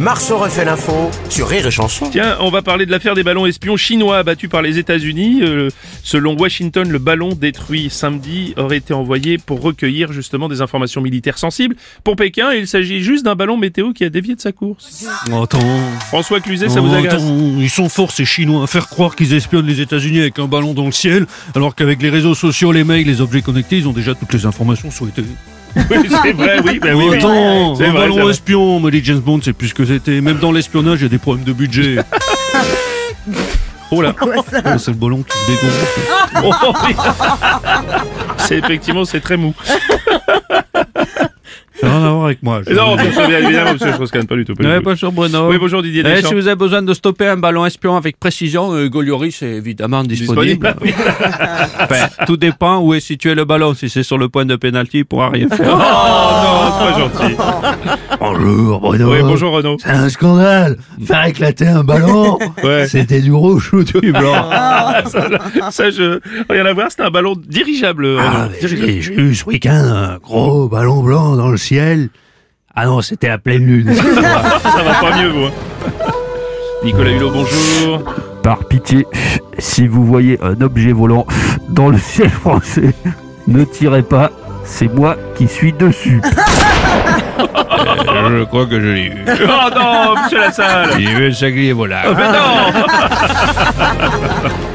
Marceau refait l'info sur Rire et Chanson. Tiens, on va parler de l'affaire des ballons espions chinois abattus par les États-Unis. Euh, selon Washington, le ballon détruit samedi aurait été envoyé pour recueillir justement des informations militaires sensibles. Pour Pékin, il s'agit juste d'un ballon météo qui a dévié de sa course. Attends, François Cluzet, ça vous agace attends, ils sont forts ces Chinois à faire croire qu'ils espionnent les États-Unis avec un ballon dans le ciel, alors qu'avec les réseaux sociaux, les mails, les objets connectés, ils ont déjà toutes les informations souhaitées. Oui, c'est vrai, oui, bah oui, oui. attends, C'est un vrai, ballon c'est vrai. espion, me dit James Bond, c'est plus ce que c'était. Même dans l'espionnage, il y a des problèmes de budget. oh là, Oh, c'est le ballon qui se dégonfle. Oh, oui. C'est effectivement, c'est très mou. Ça n'a rien à voir avec moi. je- Non, bien sûr, bien évidemment, monsieur Strauss-Kahn, pas du tout. pas du Ouais, tout. bonjour Bruno. Oui, bonjour Didier Eh, Deschamps. si vous avez besoin de stopper un ballon espion avec précision, euh, Golioris est évidemment disponible. Disponible. Enfin, tout dépend où est situé le ballon. Si c'est sur le point de pénalty, il pourra rien faire. Oh non, Ah, c'est pas gentil. Bonjour Bruno. Oui, bonjour Renaud. C'est un scandale. Faire éclater un ballon, Ouais. c'était du rouge ou du blanc. Ça, je... Rien à voir, c'était un ballon dirigeable. Ah, euh, Renaud. mais j'ai j'ai eu ce week-end un gros ballon blanc dans le ciel. Ah non, c'était à pleine lune. Ça va pas mieux, vous. hein. Nicolas Hulot, bonjour. Par pitié, si vous voyez un objet volant dans le ciel français, ne tirez pas, c'est moi qui suis dessus. Je crois que je l'ai eu. Oh non, monsieur Lassalle. J'ai vu un sanglier volant. Mais non